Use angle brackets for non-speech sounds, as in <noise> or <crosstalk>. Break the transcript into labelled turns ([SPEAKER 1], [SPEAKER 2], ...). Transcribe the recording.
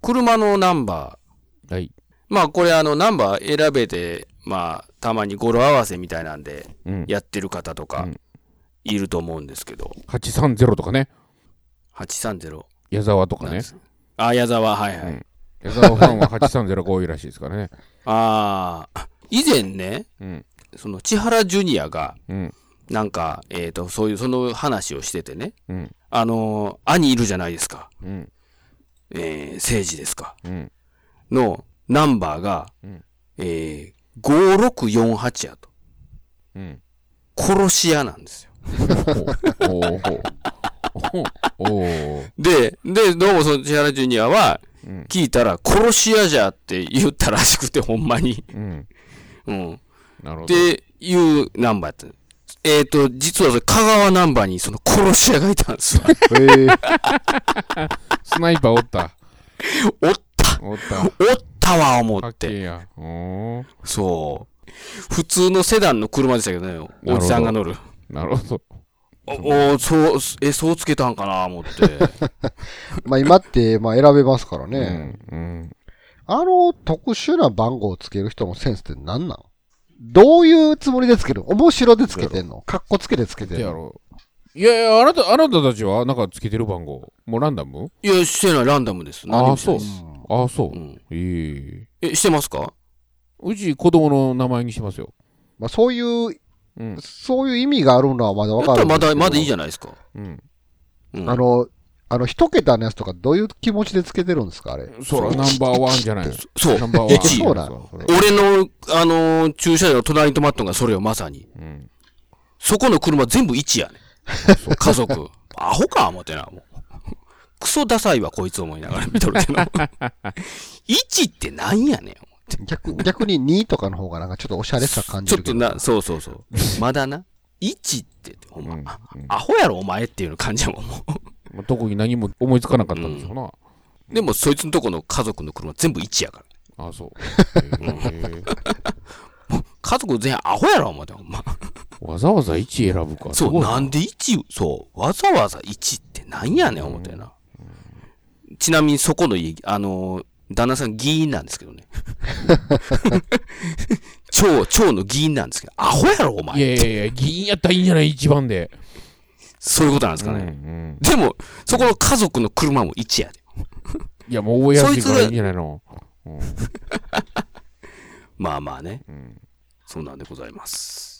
[SPEAKER 1] 車のナンバー。
[SPEAKER 2] はい。
[SPEAKER 1] まあこれあのナンバー選べて、まあたまに語呂合わせみたいなんで
[SPEAKER 2] うん。
[SPEAKER 1] やってる方とか
[SPEAKER 2] うん
[SPEAKER 1] いると思うんですけど、
[SPEAKER 2] 830とかね。
[SPEAKER 1] 830。
[SPEAKER 2] 矢沢とか
[SPEAKER 1] なん
[SPEAKER 2] ね
[SPEAKER 1] で。すあ、矢沢、はいはい。
[SPEAKER 2] うん矢沢ファンは830が多いらしいですからね。
[SPEAKER 1] ああ、以前ね、
[SPEAKER 2] うん。
[SPEAKER 1] その千原ジュニアが、
[SPEAKER 2] <laughs> うん。
[SPEAKER 1] なんか、えっ、と、そういう、その話をしててね、
[SPEAKER 2] うん。
[SPEAKER 1] あのー兄いるじゃないですか、
[SPEAKER 2] うん。
[SPEAKER 1] えー、政治ですか、
[SPEAKER 2] うん。
[SPEAKER 1] のナンバーが、
[SPEAKER 2] うん
[SPEAKER 1] えー、5648やと。
[SPEAKER 2] うん。
[SPEAKER 1] 殺し屋なんですよ。
[SPEAKER 2] おーおーおー
[SPEAKER 1] で、で、どうもその千原ジュニアは、
[SPEAKER 2] うん
[SPEAKER 1] 聞いたら、殺し屋じゃって言ったらしくて、ほ <laughs> んまに。
[SPEAKER 2] うん。
[SPEAKER 1] うん。っ
[SPEAKER 2] なるほど。
[SPEAKER 1] ていうナンバーやった。えっ、と、実はそれ香川ナンバーにその殺し屋がいたんですわ。
[SPEAKER 2] へえ。スナイパーおった。
[SPEAKER 1] おった
[SPEAKER 2] おった。
[SPEAKER 1] おったわ、思
[SPEAKER 2] か
[SPEAKER 1] っ
[SPEAKER 2] っけ
[SPEAKER 1] て。
[SPEAKER 2] えや。おー
[SPEAKER 1] そう。普通のセダンの車でしたけどね、
[SPEAKER 2] ど
[SPEAKER 1] おじさんが乗る。
[SPEAKER 2] なるほど。
[SPEAKER 1] おおそう、え、そうつけたんかな、思って。
[SPEAKER 3] まあ今って、まあ選べますから
[SPEAKER 2] う
[SPEAKER 3] ね。
[SPEAKER 2] ん。うん。
[SPEAKER 3] あの特殊な番号をつける人のセンスって何なんどういうつもりでつける面白でつけてんのかっこつけてつけてん
[SPEAKER 2] や
[SPEAKER 3] の
[SPEAKER 2] ろいやいや、あなた、あなたたちは、なんかつけてる番号。もうランダム
[SPEAKER 1] いや、してない、ランダムです。
[SPEAKER 2] あ
[SPEAKER 1] 何
[SPEAKER 2] あ、
[SPEAKER 1] もして
[SPEAKER 2] そ
[SPEAKER 1] な
[SPEAKER 2] う
[SPEAKER 1] いです。。
[SPEAKER 2] ああ、そうう。
[SPEAKER 1] ん。
[SPEAKER 2] ええ。
[SPEAKER 1] え、してますか
[SPEAKER 2] うち、子供の名前にしてますよ。
[SPEAKER 3] まあそういう、
[SPEAKER 2] うん。
[SPEAKER 3] そういう意味があるのはまだわ
[SPEAKER 1] や
[SPEAKER 3] か
[SPEAKER 1] った
[SPEAKER 3] る
[SPEAKER 1] ら
[SPEAKER 3] んで
[SPEAKER 1] ま
[SPEAKER 3] すけど。
[SPEAKER 1] だ、まだいいじゃないですか。
[SPEAKER 2] うん。
[SPEAKER 1] うん
[SPEAKER 3] あの、あの、一桁のやつとか、どういう気持ちでつけてるんですかあれ。
[SPEAKER 2] そら、ナンバーワンじゃない。
[SPEAKER 1] そう
[SPEAKER 2] ナンバーワン。
[SPEAKER 1] えち
[SPEAKER 3] そうなの
[SPEAKER 2] それ
[SPEAKER 1] 俺の、あのー駐車場の隣に止まったのがそれよ、まさに。
[SPEAKER 2] うん。
[SPEAKER 1] そこの車全部1やね。家
[SPEAKER 3] <laughs>
[SPEAKER 1] 族。アホか、思ってな、もう。クソダサいわ、こいつ思いながら見とるけ
[SPEAKER 3] <laughs>
[SPEAKER 1] ど。1ってなんやねん。
[SPEAKER 3] 逆逆に2とかの方がなんかちょっとおしゃれさ感
[SPEAKER 1] ち
[SPEAKER 3] じ
[SPEAKER 1] ょっ
[SPEAKER 3] るけ
[SPEAKER 1] と
[SPEAKER 3] ど。
[SPEAKER 1] な、そうそうそう。まだな。1ってって、ほんま、
[SPEAKER 2] うん
[SPEAKER 1] あアホやろ、お前っていう感じやもん。も
[SPEAKER 2] まあ特に何も思いつかなかったんでしょうな。
[SPEAKER 1] うでも、そいつのとこの家族の車全部1やから。
[SPEAKER 2] ああ、そう。ええ
[SPEAKER 1] 家族全員アホやろ、思って、ほんま。
[SPEAKER 2] わざわざ1選ぶか。す
[SPEAKER 1] そう、
[SPEAKER 2] ごい
[SPEAKER 1] なんで1、そう、わざわざ1ってなんやねん、思ったよな。ちなみにそこの家、あのー、旦那さん議員なんですけどね。
[SPEAKER 2] <laughs>
[SPEAKER 1] 超、超の議員なんですけど、アホやろ、お
[SPEAKER 2] いや
[SPEAKER 1] 前。
[SPEAKER 2] いやいや、議員やったらいいんじゃない一番で。
[SPEAKER 1] そういうことなんですか
[SPEAKER 2] うん
[SPEAKER 1] ね。
[SPEAKER 2] うん
[SPEAKER 1] でも、そこの家族の車も1やで。
[SPEAKER 2] いや、もう覚えやすいからいいんじゃないの
[SPEAKER 1] まあまあね。
[SPEAKER 2] うん
[SPEAKER 1] そうなんでございます。